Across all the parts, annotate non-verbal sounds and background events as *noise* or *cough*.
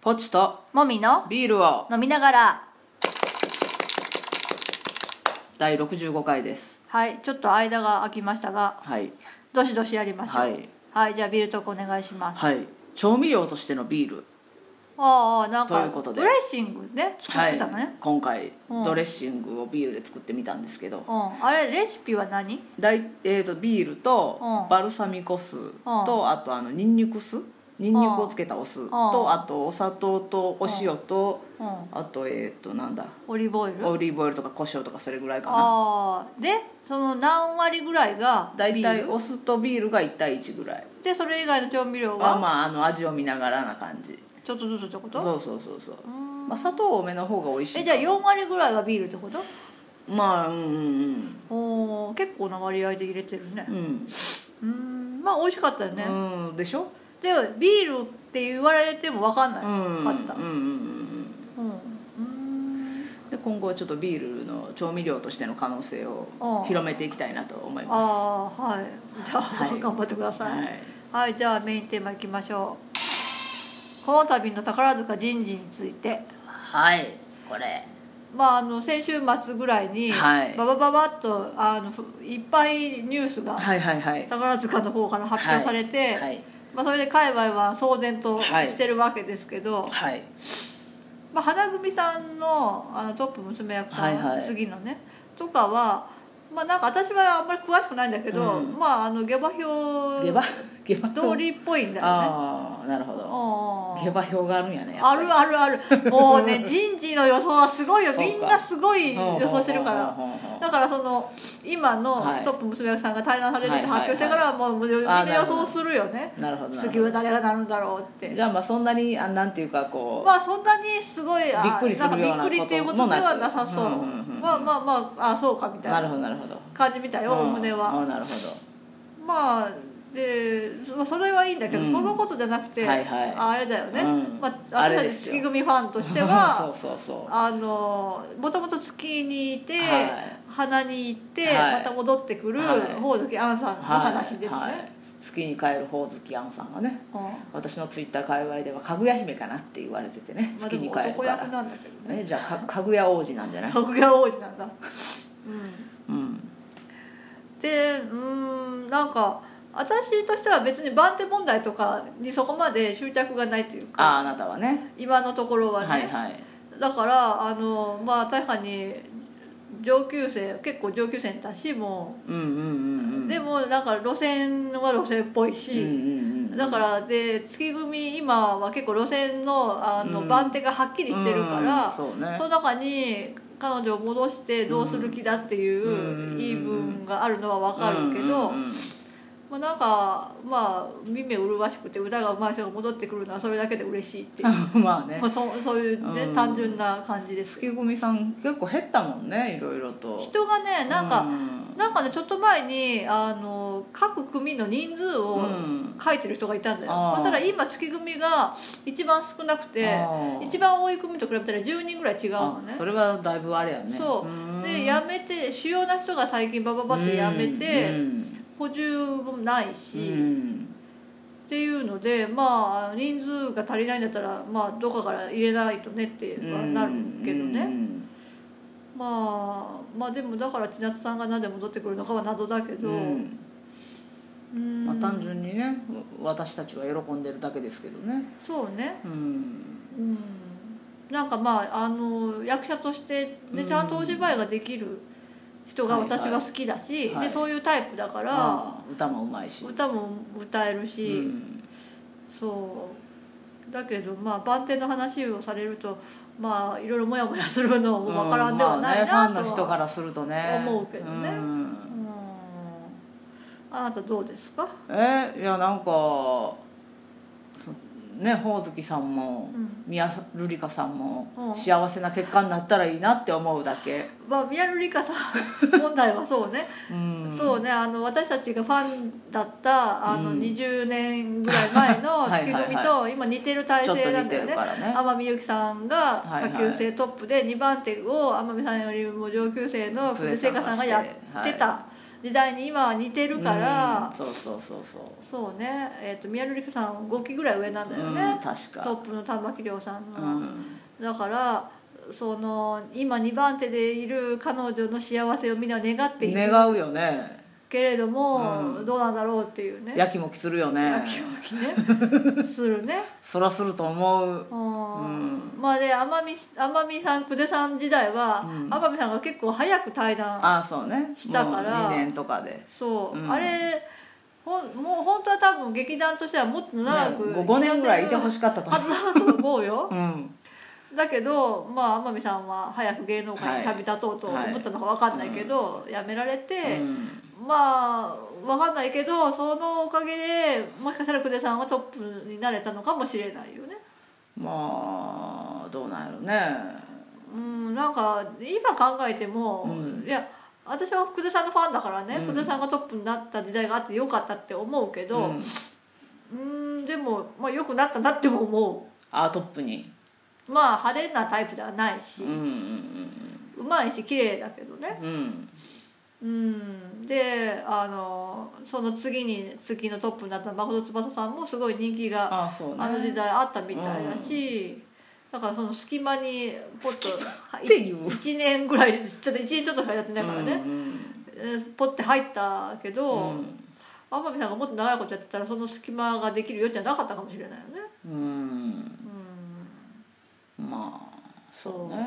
ポチともみのビールを飲みながら第65回ですはいちょっと間が空きましたがはいどしどしやりましょうはい、はいじゃあビールトークお願いしますはい調味料としてのビールああなんとかいうことでドレッシングね作ってたのはね、い、今回うんドレッシングをビールで作ってみたんですけど、うん、あれレシピは何だいえー、とビールとうんバルサミコ酢とあとあのニンニク酢ニンニクをつけたお酢とあとお砂糖とお塩とうんあとえっ、となんだオリーブオイルオリーブオイルとか胡椒とかそれぐらいかなああでその何割ぐらいが大ビー体ルお酢とビールが1対1ぐらいでそれ以外の調味料ははまああの味を見ながらな感じちょっとずつってことそうそうそうそう、うーんまあ、砂糖多めの方が美味しいえじゃあ4割ぐらいがビールってことまあうんうんおー結構な割合で入れてるねうんうん、うーんまあ美味しかったよね、うんでしょでもビールって言われても分かんない、うんかったうんうんうんうんうんで今後はちょっとビールの調味料としての可能性うをん広めていきたいなと思いますああはいじゃあ、はい頑張ってくださいははい、い、じゃあメインテーマいきましょうこの度の宝塚人事についてはい、これまあ、あの先週末ぐらいに、はいババババッとあのふいっぱいニュースがはいはいはい宝塚の方から発表されて、はいまあ、それで界隈は騒然としてるわけですけど、はいまあ、花組さんのあのトップ娘役さん、はいはい次のねとかは、まあ、なんか私はあんまり詳しくないんだけど、うんまああの下馬下評馬下馬通りっぽいんだよね。ああなるほどうん下馬評があるんやねやっぱありるあるあるもうね人事の予想はすごいよそうかみんなすごいほうほうほうほうほう予想してるからだからその今のはいトップ娘役さんが退団されるっはてい発はいはい表してからはもうみんあなーなる予ほど想するよねなるほどなる次ほはど誰がなるんだろうってじゃあまあそんなにあなんていうかこう、まあそんなにすごいあびっくりするようなんかびっくりっていうことではなさそう、こともなくうんうんうんまあまあまああそうかみたないるなほどなるほど感じみたいよおおむねうんはあなるほどまあでまあそれはいいんだけど、うんそのことじゃなくて、はいはいああれだよね、うんまあ、あれ私でたちすよ月組ファンとして *laughs* は *laughs* そうそうそうあのもともと月にいて、はい花に行って、はいまた戻ってくるはいほうずきあんさんの話ですね、はいはい月に帰るほおずきあんさんがねうん私のツイッター界隈ではかぐや姫かなって言われててねまあ、月でにも帰る男から、役なんだけどねね、じゃあかかぐや王子なんじゃない、格が王子なんだうんうん、でうーんなんか私としては別に番手問題とかにそこまで執着がないというああかあなたはね今のところははね、いはいだからあのまあ確かに上級生結構上級生だしもうんうんうんう、うんでもなんか路線は路線っぽいうんうんし、うんだからで月組今は結構路線のあのうん番手がはっきりしてるから、うんそうねその中に彼女を戻してどうする気だっていう言い分があるのは分かるけど。うんうんうんまあ、なんかまあ耳麗しくて歌が上手い人が戻ってくるのはそれだけで嬉しいっていう、 *laughs* まあねまあ、そそういうね、うん単純な感じです月組さん結構減ったもんねいろいろと人がねなんうか、んなんかねちょっと前にあの各組の人数をうん書いてる人がいたんだよ、あーそしたら今月組が一番少なくてあー一番多い組と比べたら10人ぐらい違うのあねそれはだいぶあれやねそううんでやめて主要な人が最近バババッとやめて、補充もないうんうし、んっていうのでまあ人数が足りないんだったらまあどこかから入れないとねってはなるけどうね、んまあまあでもだから千夏さんが何で戻ってくるのかは謎だけど、ううんまあ、単純にね私たちは喜んでるだけですけどねそうねうんうんなんかまああの役者として、ね、ちゃんとお芝居ができる人が私は好きだし、はいはいでそういうタイプだから、ああ歌もうまいし歌も歌えるし、うんそうだけどまあ番手の話をされるとまあいろいろモヤモヤするのも分からんではなうんいなとまあねファンの人はからするとね思うけどねうんうんあなたどうですか、えいやなんかそねほおずきさんもうん宮瑠璃香さんうもん幸せな結果になったらいいなって思うだけ、まあ、宮野梨香さん問題はそうね、うん、そうねあの私たちがファンだったあのうん20年ぐらい前の *laughs* はいはい月はい組と今似てる体ちょっと制なん似だてよるねからね天海祐希さんが下級生トップで2番手を天海さんよりも上級生の久世聖華さんがやってた時代に今は似てるからうん、そうそうそうそうそうね、えー、と宮野陸さん5期ぐらい上なんだようねん、、確トッかプの玉木亮さんうの、んだからその今2番手でいる彼女の幸せをみんな願っている願うよねけれども、うんどうなんだろうっていうねやきもきするよやねきもきねす *laughs* るねそらすると思ううんまあで天海天海さん久世さん時代は、うん天海さんが結構早く対談ああそうねしたからもう2年とかで、ね、そう、うんあれほんもう本当は多分劇団としてはもっと長く、 5, 年ぐらいいてほしいしかったと思はずだと思うよう、うん、だけどまあ天海さんは早く芸能界に旅立とうと思ったのか分かんないけど、やめられて、うんまあ分かんないけどそのおかげでもしかしたら久世さんはトップになれたのかもしれないよねまあどうなんやろねうんなんか今考えても、うんいや私は福田さんのファンだからね、うん福田さんがトップになった時代があってよかったって思うけうどんうんでも、まあ、よくなったなっても思ああトップにうまあ派手なタイプではないし、ううんうんまいし綺麗だけどねうんうんうんうんであのその次に次のトップになった誠翼さんもすごい人気がああそうねあの時代あったみたいだし、だからその隙間にポッとっていう1年ぐらいちょっと1年ちょっとしかやってないからね、うんうんえーポッて入ったけど、うん天海さんがもっと長いことやってたらその隙間ができる余地はなかったかもしれないよねうんうんまあそうね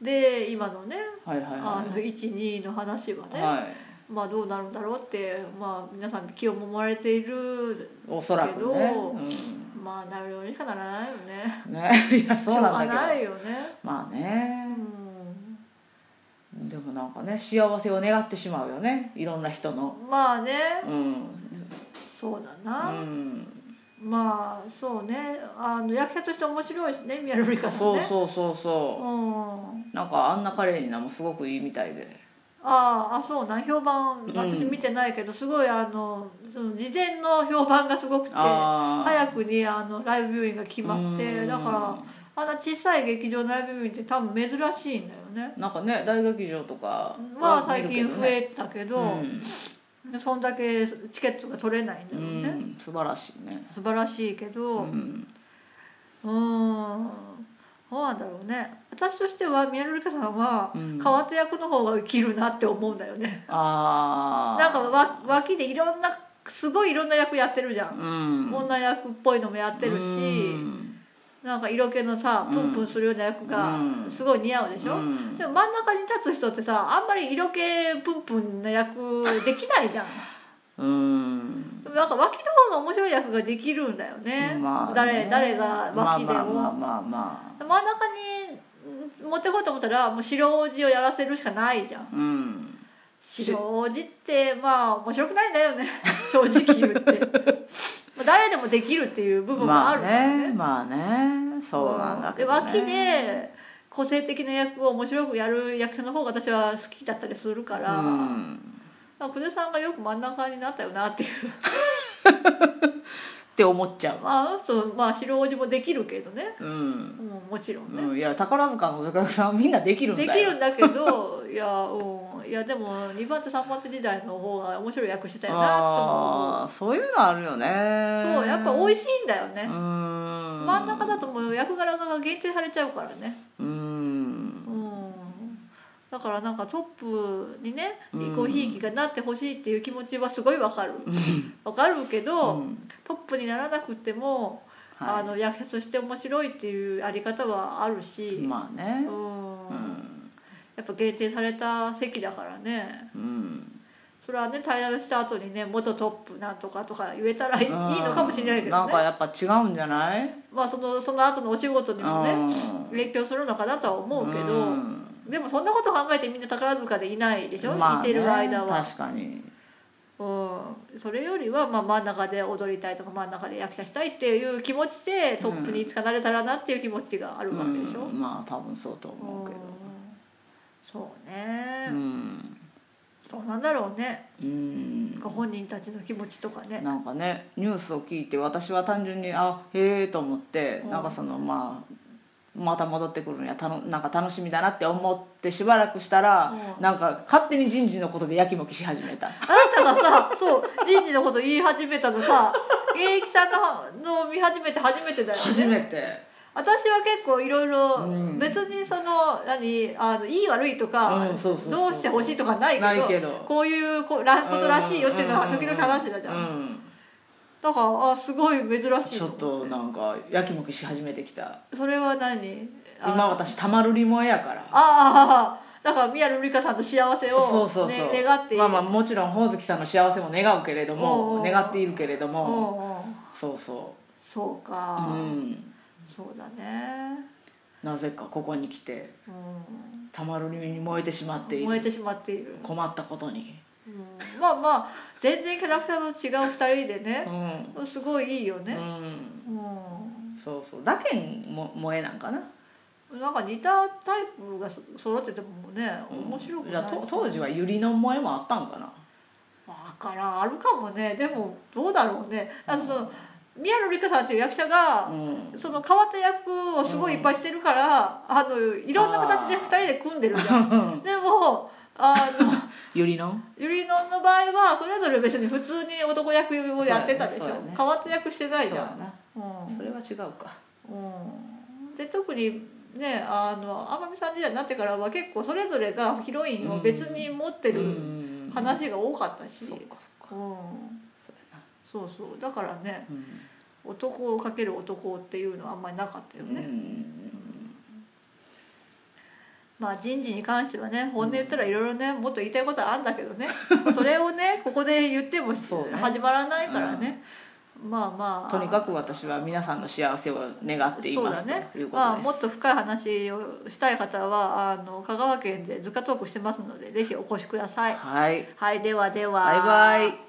で今のねはいはいあは、の12の話はいね、はい、まあどうなるんだろうってまあ皆さん気をもまれているおそらくね、まあなるようにしかならないよねうん、ね *laughs* いやそうなんだけしょうがどないよねまあうねんでもなんかね幸せを願ってしまうよねいろんな人のまあねうん、そうだうな、ん、まあそうねあの役者として面白いしね宮野リカさんそうねそうそううそんうなんかあんな彼になもすごくいいみたいであああそうな評ん判私見てないけど、すごいあのその事前の評判がすごくてああ早くにあのライブビューイングが決まってだからあんな小さい劇場のライブビューイングって多分珍しいんだよねらなんかね大劇場とかまあ最近増るえたけけどど、ねそんだけチケットが取れないんだうろんうね、うん素晴らしいね素晴らしいけど、うんうーんどうなんだろうね私としては宮野瑠香さんはうん川手役の方が生きるなって思うんだよね、ああなんかわ脇でいろんなすごいいろんな役やってるじゃん、うん女役っぽいのもやってるうし、んなんか色気のさプンプンするような役がうんすごい似合うでしょ、うんでも真ん中に立つ人ってさあんまり色気プンプンな役できな *laughs* いじゃんうんでもなんか脇の方が面白い役ができるんだよね,、まあね誰誰が脇でも、まあまあまあまあ真ん中に持ってこうと思ったらもう白王子をやらせるしかないじゃんうん白王子ってまあ面白くないんだよね *laughs* 正直 *laughs* 言ってまあ誰でもできるっていう部分があるまあからねまあねそうなんだけど、ね、で脇で個性的な役を面白くやる役者の方が私は好きだったりするから、うまんあ久世さんがよく真ん中になったよなっていう *laughs* って思っちゃうまああの人まあ白王子もできるけどね、うん、うん、もちろんね、うん、いや宝塚のお客さんはみんなできるんだでよきるんだけどいやうんいやでも2番手3番手時代の方が面白い役してたよなともああーそういうのあるよね思うそうやっぱ美い味しいんだようねん真真ん中だともう役柄が限定されちゃうからねうんうんだからなんかトップにねうんごひいきがなってほしいっていう気持ちはすごいわかるわかるけど、うんトップにならなくても、はあの役者として面白いっていうあり方はあるいし、まあねうんうんやっぱ限定された席だからねうんそれはね対談した後にね元トップなんとかとか言えたらいいいういんのかもしれないけなどんねかやっぱ違うんじゃないまあそのその後のお仕事にもねね影響するのかなとは思うけうどんでもそんなこと考えてみんな宝塚でいないでしょ、まあいねてる間は、確かにうん、それよりはまあ真ん中で踊りたいとか真ん中で役者したいっていう気持ちでトップにいつかなれたらなっていう気持ちがあるわけでしょ、うんまあ多分そうと思うけどうんそうね、うんそうなんだろうねうんご本人たちの気持ちとかねなんかねニュースを聞いて私は単純にあへえと思ってうんなんかそのまあまた戻ってくるんやたのなんか楽しみだなって思ってしばらくしたら、うんなんか勝手に人事のことでやきもきし始めたあなたがさそう人事のこと言い始めたのさ現役さんのの見始めて初めてだよ初ねめて私は結構いろいろうん別にその何あのいい悪いとか、うんそうそうそうどうしてほしいとかないけどないけどこういうこらことらしいよっていうのは時々話してたじゃん、うんうんうんだからあすごい珍しい思てちょっとなんかやきもきし始めてきたそれは何あ今私たまるりもえやからああだから宮野瑠璃香さんの幸せを、ね、そうそうそう、願っているまあまあもちろんほおずきさんの幸せも願うけれどおうおもう願っているけれどうもんうんそうそそううか、うんそうだね、なぜかここに来てうん、たまるりに燃えてしまってい燃えるてしまっている、困ったことにうん、まあまあ全然キャラクターの違う2人でうね、んすごいいいようね、んうんそうそうだけんも燃えなんかななんか似たタイプがそ揃っててもね面白くうんない、じゃあと当時はゆりの萌えもあったんかなわからんあるかもねでもどうだろうねあとその宮野理香さんっていう役者がう、んその変わった役をすごいいっぱいしてるから、あのいろんな形で2人で組んでるじゃんでもあのゆりのゆりのんの場合はそれぞれ別に普通に男役をやってたでしょ、そうやねそうやね変わった役してないじゃんうそれは違うかん、うん、で特にねあの天海さん時代になってからは結構それぞれがヒロインを別に持ってうんうるん話が多かったし、そっかそっかうんそうやなそうそうだからねうん男をかける男っていうのはあんまりなかったよね、まあ人事に関してはね本音言ったらいろいろねもっと言いたいことはあるんだけどね *laughs* それをねここで言ってもしそうね始まらないからね、まあまあとにかく私は皆さんの幸せを願っていそうまだす、ねということです、まあ、もっと深い話をしたい方はあの香川県でズカトークしてますのでぜひお越しくださいはいはいではではバイバイ